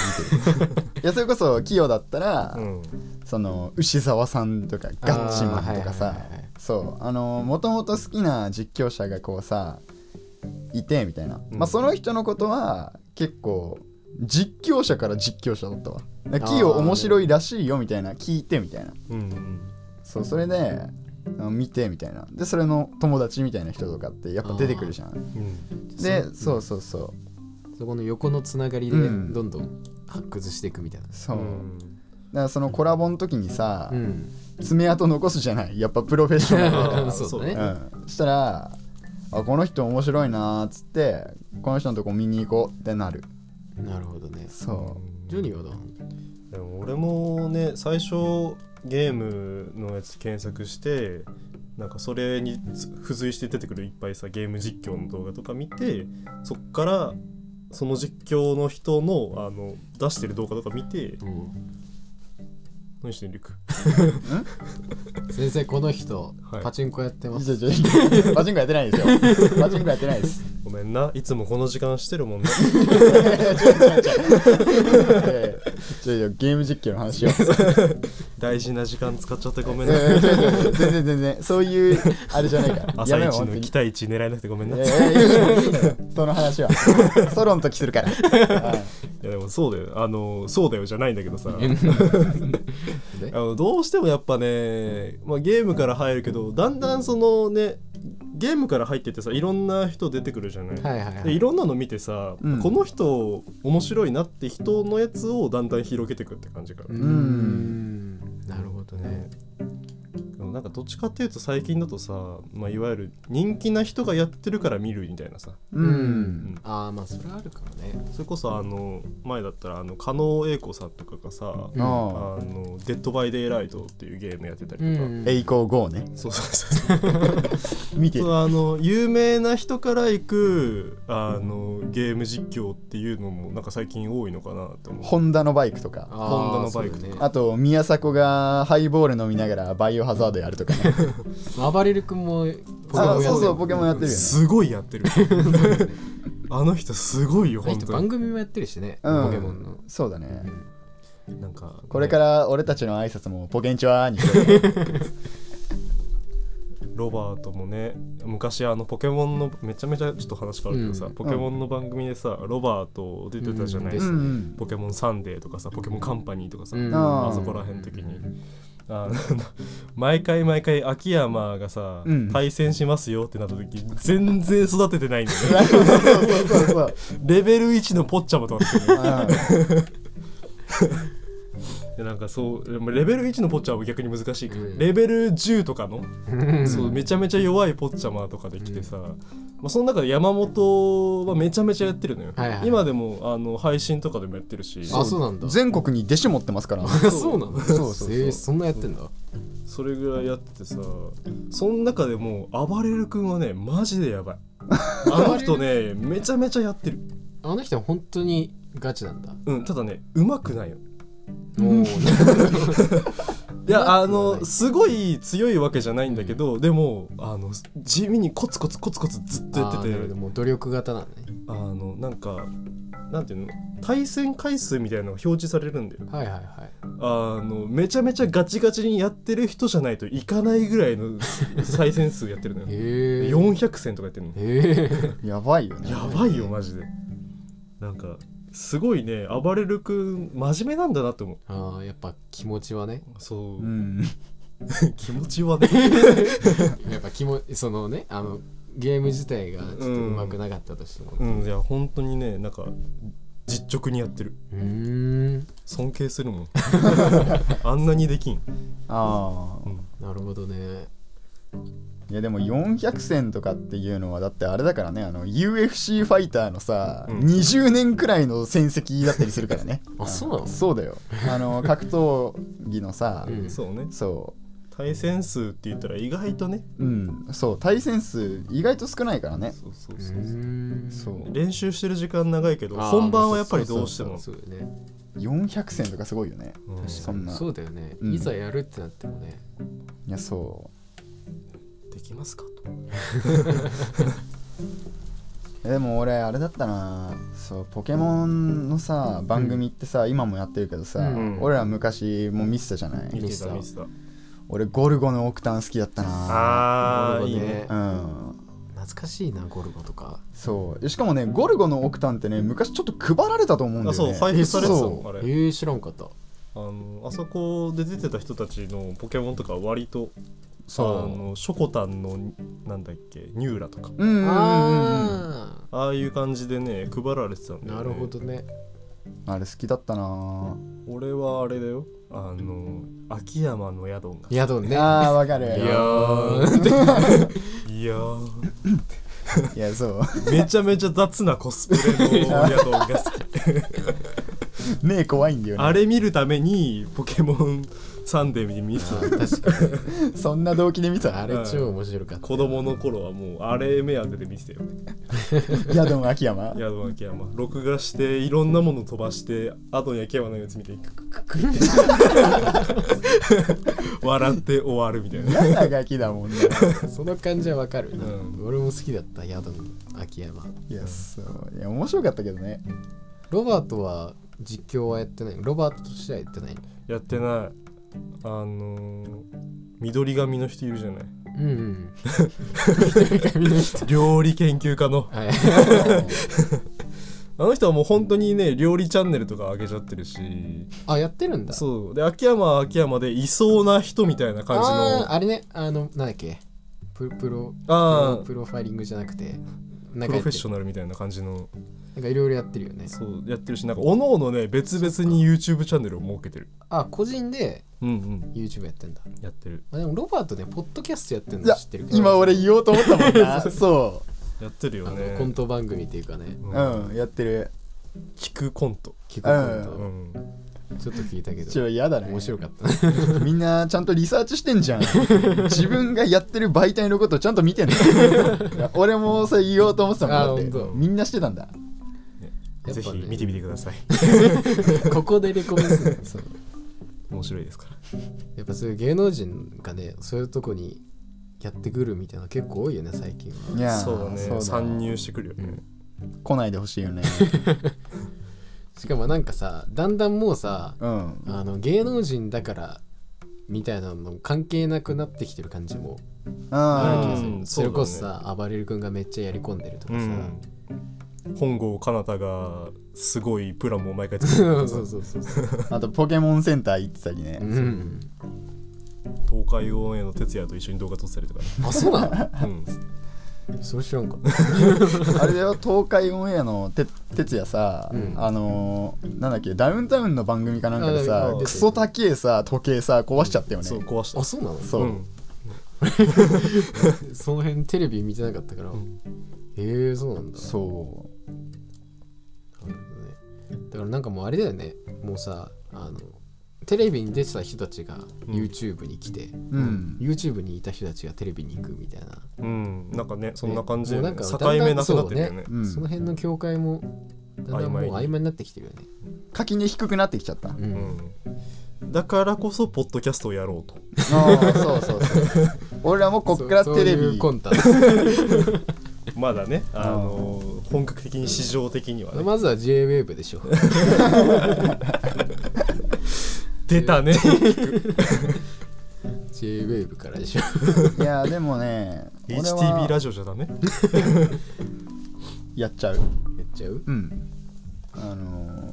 A: 見 てるいやそれこそ企業だったら、
B: うん
A: その牛沢さんとかガッチマンとか
C: あー
A: さ
C: はいはいはいはい
A: そうあのもともと好きな実況者がこうさいてみたいな、
B: うん
A: まあその人のことは結構実況者から実況者だったわだから
C: あー
A: 企業面白いらしいよみたいな聞いてみたいな
B: うん
A: そうそれであの見てみたいなでそれの友達みたいな人とかってやっぱ出てくるじゃん
B: うん
A: でそうそうそう
C: そこの横のつながりで
A: うん
C: どんどん発掘していくみたいな
A: そう、だからそのコラボの時にさ、
C: うん、
A: 爪痕残すじゃないやっぱプロフェッショナルだから
C: そうだね
A: うん、そしたらあこの人面白いなーっつってこの人のとこ見に行こうってなる
C: なるほどね
A: そ
C: ジョニーはどう
B: でも俺もね最初ゲームのやつ検索してなんかそれにつ付随して出てくるいっぱいさゲーム実況の動画とか見てそっからその実況の人のあの出してる動画とか見て
C: うん
B: 何してんのリュック
C: 先生この人、
B: はい
C: パチンコやってま
A: う
C: す
A: ちょちょちょパチンコやって ないですよパチンコやってないです
B: ごめんないつもこの時間してるもんね
A: ええちょいちょいゲーム実況の話を
B: 大事な時間使っちゃってごめん
A: え
B: な
A: えちょいちょい全然全然そういうあれじゃないからや
B: 朝
A: めよ
B: 一
A: 本当
B: の
A: に
B: 期待値狙えなくてごめん
A: い
B: な
A: や
B: い
A: いやいやいいのよその話はソロの時するから、はい
B: やでもそうだよあのそうだよじゃないんだけどさ
C: ね
B: あのどうしてもやっぱね、まあ、ゲームから入るけどだんだんそのねゲームから入ってってさいろんな人出てくるじゃない、
C: はいはいは
B: でい
C: い
B: ろんなの見てさ、
A: うん
B: この人面白いなって人のやつをだんだん広げてくって感じか
C: う
B: ら、
C: ー
B: ね
C: んなるほどね
B: でもなんかどっちかっていうと最近だとさ、まあ、いわゆる人気な人がやってるから見るみたいなさ
A: う
C: うんああまあそれはあるかもね
B: それこそあの前だったらあの加納英子さんとかがさ、
C: うん
B: あ
A: ああ
B: のデッド・バイ・デイ・ライトっていうゲームやってたりとか、
A: 栄光 GO ね
B: そうそうそうそう
A: 見て
B: そうあの有名な人から行くあのゲーム実況っていうのもなんか最近多いのかなと思う。
A: ホンダのバイクとか
B: ホンダのバイクとか
C: ね
A: あと宮迫がハイボール飲みながらバイオハザードやるとかね
C: あばれる君も
A: あそうそう
C: ポ
A: ポケ
C: ケ
A: モン
C: モンや
A: や
C: っ
A: ってるよね
B: すごいやってる あの人すごいよ
C: てるあ
B: 本
C: の
B: 当
C: 人
B: に
C: 番組もやってるしね
A: うん
C: ポケモンの
A: そうだね
B: なんか
A: これ
B: ら
A: から俺たちの挨拶もポケンチュアーにしよう
B: ロバートもね昔あのポケモンのめちゃめちゃちょっと話変わるけどさ、
C: うん
B: ポケモンの番組でさロバート出てたじゃないで
A: う
B: すか、
A: んうん
B: ポケモンサンデーとかさポケモンカンパニーとかさ、
C: うん
A: あー
B: あそこら辺の時に。あ の毎回毎回秋山がさ、
A: うん
B: 対戦しますよってなった時全然育ててないんだよね
A: そうそうそうそう
B: レベル1のポッチャマとかっ て
A: う
B: でなんかそうでもレベル1のポッチャマは逆に難しいから、
C: うん
B: レベル10とかの、そうめちゃめちゃ弱いポッチャマとかできてさ、まあ、その中で山本はめちゃめちゃやってるのよ、
C: はいはい
B: 今でもあの配信とかでもやってるし
C: あそうなんだ
A: ん全国に弟子持ってます から
C: あ そうなの
A: そうそうそう
C: えーそんなやってんだ
B: それぐらいやっててさその中でもう暴れる君はねマジでやばいあの人ねめちゃめちゃやってる
C: あの人は本当にガチなんだ
B: うんただねうまくないよ
C: おー
B: いやあ
C: うまくはな
B: の
C: い
B: すごい強いわけじゃないんだけど、でもあの地味にコツコツコツコツずっとや
C: あ
B: って
C: ー
B: て
C: なるほどもう努力型なんだね
B: あのなんかなんていうの対戦回数みたいなのが表示されるんだよ
C: はいはいはい
B: あのめちゃめちゃガチガチにやってる人じゃないといかないぐらいの再戦数やってるのよ
C: へえ
B: 400戦とかやってるの
C: へ
A: やばいよね
B: やばいよマジでなんかすごいね暴れる君真面目なんだなって思う
C: ああやっぱ気持ちはね
B: そう、
A: うん
B: 気持ちはね
C: やっぱ気もそのねあのゲーム自体がちょっとうまくなかったとしても
B: うんいや本当にねなんか実直にやってる
C: うーん
B: 尊敬するもんあんなにできん、
A: ああ
B: うん
C: なるほどね
A: いやでも400戦とかっていうのはだってあれだからねあの UFC ファイターのさ、
B: うん
A: 20年くらいの戦績だったりするからね
C: あそうなの
A: そうだよあ の格闘技のさ、
C: うん
B: そうね
A: そ
B: 対戦数って言ったら意外とね
A: ううんそう対戦数意外と少ないからね
B: そうそううそうそう
C: ーん
A: そう
B: 練習してる時間長いけど
C: あー
B: 本番はやっぱりどうして
C: まあ
B: も
C: そうそうそうそうだよね
A: 400戦とかすごいよね
B: うん
A: そんな
C: そうだよね、
A: うん
C: いざやるってなってもね
A: いやそう
B: できますかと
A: えでも俺あれだったなそうポケモンのさ番組ってさ、今もやってるけどさ、
B: うん
A: 俺ら昔もう見てたじゃない、
C: ん
B: 見
C: ミ
B: て
C: スタ
B: た
C: ー
B: 見てた
A: 俺ゴルゴのオクタン好きだったな
B: あ
C: ゴ
B: ー
C: ル
B: い
C: ゴ
B: い
C: ね
B: ね
A: うん
C: 懐かしいなゴルゴとか
A: そうしかもねゴルゴのオクタンってね昔ちょっと配られたと思うんだよ
B: あそ
A: ね
B: う配布されてたもん
A: そう
B: あ
C: え
B: れ
C: ー、知らんかった
B: あのあそこで出てた人たちのポケモンとかは割とあ
C: そう
B: のショコタンのなんだっけニューラとか
A: うんうんうんうんうん
C: あ
B: ああいう感じでね配られてたん
C: あ
B: だよ、ね、
C: なるほどね
A: あれ好きだったな
B: 俺はあれだよあの秋山の宿が
C: 宿ね
A: ああわかる
B: いやーいやー
A: いやそう
B: めちゃめちゃ雑なコスプレの宿が好き
A: 目怖いんだよね
B: あれ見るためにポケモンサンデーに見てた
C: 確かに
A: そんな動機で見た
C: あれ超面白かった
B: 子供の頃はもうあれ目当てで見てたよね
A: 宿の秋山
B: 宿の秋山録画していろんなもの飛ばして後に秋山のやつ見てクククク って笑って終わるみたいな
A: 嫌なガキだもんね
C: その感じはわかる、
B: ん
C: 俺も好きだった宿の秋山
A: いやそういや面白かったけどね
C: ロバートは実況はやってないロバートとしてはやってない
B: やってないあのー、緑髪の人いるじゃない
C: うんうん緑髪の人
B: 料理研究家の
C: はい
B: あの人はもう本当にね料理チャンネルとか上げちゃってるし
C: あやってるんだ
B: そうで秋山は秋山でいそうな人みたいな感じの
C: あーあれねあのなんだっけプロプロ
B: あー
C: プロファイリングじゃなくて
B: プロ
C: なんかやっ
B: フェ
C: て
B: ッショナルみたいな感じの
C: なんかいろいろやってるよね
B: そうやってるしなんかおのおのね別々に YouTube チャンネルを設けてる
C: あ個人で
B: うんうん
C: YouTube やってんだ
B: やってる
C: あでもロバートねポッドキャストやってる
A: いや
C: の知ってるけど
A: 今俺言おうと思ったもん なそ
B: やってるよ
C: あ
B: ね
C: のコント番組っていうかね
B: う
A: う、
B: ん
A: うん、やってる
B: 聞くコント、
C: 聞くコ
B: う
A: う
C: ン
B: ん、
C: トちょっと聞いたけ
A: ち
C: ど
A: ょ嫌だね
C: 面白かったね
A: みんなちゃんとリサーチしてんじゃん自分がやってる媒体のことちゃんと見てんの 俺もそれ言おうと思ってたもん
C: あ
A: だって
C: 本当
A: みんなしてたんだ
C: ね
B: ぜひ見てみてください
C: ここでレコメンするそう
B: 面白いですから
C: やっぱそういう芸能人がねそういうとこにやってくるみたいなの結構多いよね最近はい
A: やー
B: そうだね参入してくるよね、
A: 来ないでほしいよ ね
C: しかもなんかさだんだんもうさ
A: うん
C: あの芸能人だからみたいなの関係なくなってきてる感じもある気がする、
B: うん
C: それこそ
B: そうだ
C: さ、あばれる君がめっちゃやり込んでるとかさ、
B: うん、本郷奏多がすごいプランを毎回作って
C: そうそうそうそうそう、
A: あとポケモンセンター行ってたりね、
C: うん、
B: 東海オンエアの哲也と一緒に動画撮ったりとか、
C: あそうな
B: うん、
C: のそれ知らんかった
A: あれだよ東海オンエアのて哲也さ、
C: うん
A: あのー、なんだっけダウンタウンの番組かなんかで
C: あ
A: さ
C: なんか
A: クソ高えさ時計さ壊しちゃったよね、
B: そう壊した
C: あそうなの
A: そう
B: うん
C: その辺テレビ見てなかったから、
B: ん
C: へえそうなんだ
A: そ
C: なるほどねだからなんかもうあれだよねもうさあのテレビに出てた人たちが YouTube に来て、
A: ううん、
C: YouTube にいた人たちがテレビに行くみたいな、
B: うん、なんかねそんな感じで、ね
C: ねもうなんか
B: 境目なくなってるよね
A: ううん、
C: その辺の境界もだんだんもう曖昧になってきてるよね、
A: 垣根低くなってきちゃった、
C: うん
B: うん、だからこそポッドキャストをやろうと
A: ああそうそうそう 俺らもこっから
C: そ
A: テレ
C: そういう
A: ビ
C: コンタ
B: まだね、あの本格的に市場的にはね、
C: まずは JWAVE でしょ
B: 出たね
C: JWAVE からでしょ
A: いやでもね俺
B: HTB
A: は
B: ラジオじゃダメ
A: やっちゃう
C: やっちゃう
A: うんあの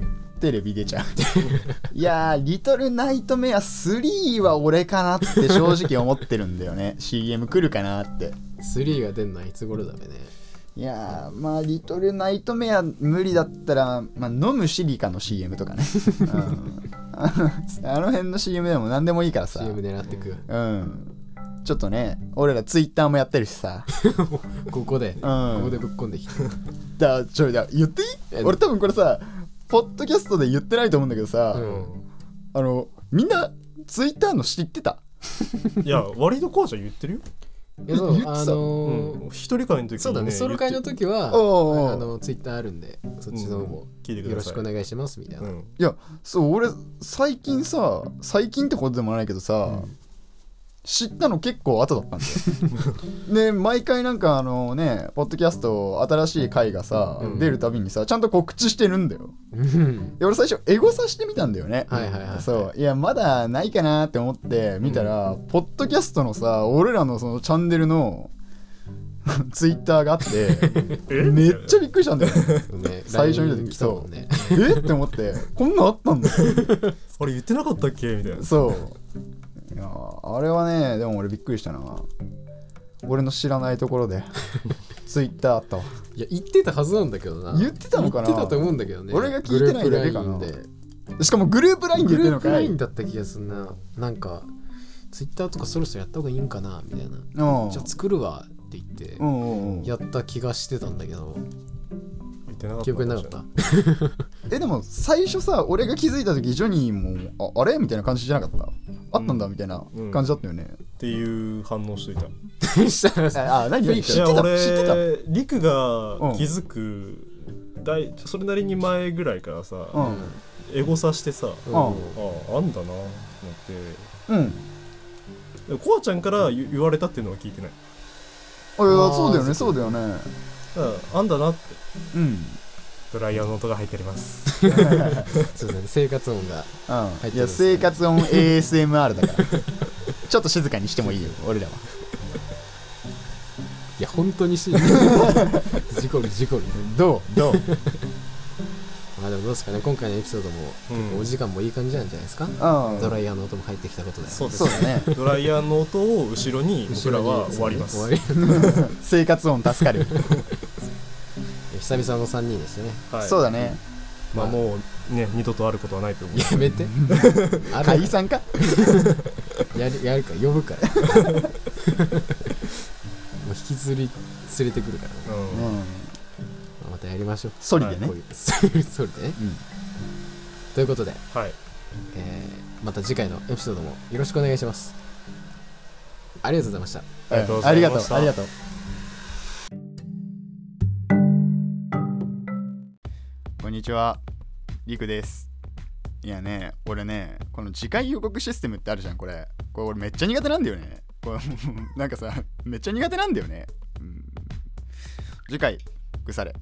A: ー、テレビ出ちゃう いやー「リトルナイトメア3」は俺かなって正直思ってるんだよね CM 来るかなって
C: 3が出んのはいつ頃だべね
A: いやーまあ「リトルナイトメア」無理だったら、まあ、飲むシリカの CM と かね、うん、あのあの辺の CM でも何でもいいからさ
C: CM 狙ってく
A: うんちょっとね俺らツイッターもやってるし さ
C: ここで、ここでぶっこんできて
A: だちょいだ言ってい
C: え
A: い俺多分これさポッドキャストで言ってないと思うんだけどさ、
C: うん
A: あのみんなツイッターの知ってた
B: いや割とこうじゃ言ってるよ、
C: いやそ
A: 言って
C: う
A: た
C: あ
B: う
C: のー
B: ん、一人会の時に、ね、
C: そうだねソロ会の時は
A: おうおう
C: あのツイッターあるんでそっちの方も
B: 聞いてく
C: よろ
B: ださ
C: し
B: い
C: くお願いしますみたいな、
B: うん
A: いやそう俺最近さ最近ってことでもないけどさ、知ったの結構後だったんだ よで毎回なんかあのねポッドキャスト新しい回がさ、
C: うん
A: 出るたびにさちゃんと告知してるんだよ
C: うん
A: で俺最初エゴさしてみたんだよね
C: はいはいはい
A: そういやまだないかなって思って見たら、ポッドキャストのさ俺らのそのチャンネルの ツイッターがあって
B: え
A: めっちゃびっくりしたんだよね
C: ね
A: 最初見た
C: LINE
A: 時
C: 来たもんね
A: えって思ってこんなんあったんだ
B: あれ言ってなかったっけみたいな
A: そういやーあれはねでも俺びっくりしたな俺の知らないとこ ろでツイッターあったわ
C: いや言ってたはずなんだけどな
A: 言ってたのかな
C: 言ってたと思うんだけどね
A: 俺が聞いてないだけかな
C: グループ LINE で
A: しかもグループラインで
C: グ
A: 言ってるの
C: ループ
A: か
C: ライ
A: い
C: ンだった気がすんななんかツイッターとかそろそろやった方がいいんかなみたいな
A: うん
C: じゃあ作るわって言って
A: うんうんうん
C: やった気がしてたんだけど
B: 言ってなかった
C: 記憶になか った
A: えでも最初さ俺が気づいた時ジョニーもああれみたいな感じじゃなかったあったんだみたいな感じだったよね、
B: っていう反応していた
C: したらさ
A: ああ何何知
B: い
A: って
B: や
A: た
B: 俺
A: 知ってた
B: リクが気づく、だいそれなりに前ぐらいからさ、
A: うん
B: エゴさしてさ、
C: う
B: あ
C: ん
B: ああんだなと思って
A: うん
B: でもコアちゃんから言言われたっていうのは聞いてない
A: あいやそうだよ
C: あー
A: ねそうだよね
B: だからあんだなって
A: うんうん
B: ドライヤーの音が入っております
C: そうだね生活音がってるんです
A: い
C: ね
A: や生活 音 ASMR だからちょっと静かにしてもいい よ俺らはい
C: や本当に し事故る事故る
A: どうどう
C: まあでもどうですかね今回のエピソードも、
B: うん
C: お時間もいい感じなんじゃないですか、
A: うん
C: ドライヤーの音も入ってきたことで
B: そうです
A: そうだね
B: ドライヤーの音を後ろに僕らは終わります。
C: 終わり
A: 生活音助か る、
C: 久々の3人ですね
B: はい、
A: そうだね
B: まあもうね、二度とあることはないと思う。
C: や めてあら
A: 解散か
C: やるやるから呼ぶから もう引きずり連れてくるから、
B: う。
A: うんん
C: またやりましょう
A: ソリでね、
C: こういうそういうそれでねということで、
B: はい。
C: えーまた次回のエピソードもよろしくお願いしますありがとうございました
B: ありがと
A: う
B: うご
A: ん
B: ざ
A: あ
B: い
A: りがと
B: ました
A: うありがとうこんにちはりくですいやね俺ねこの次回予告システムってあるじゃんこれこれ俺めっちゃ苦手なんだよねこれ なんかさめっちゃ苦手なんだよね、うん、次回腐れ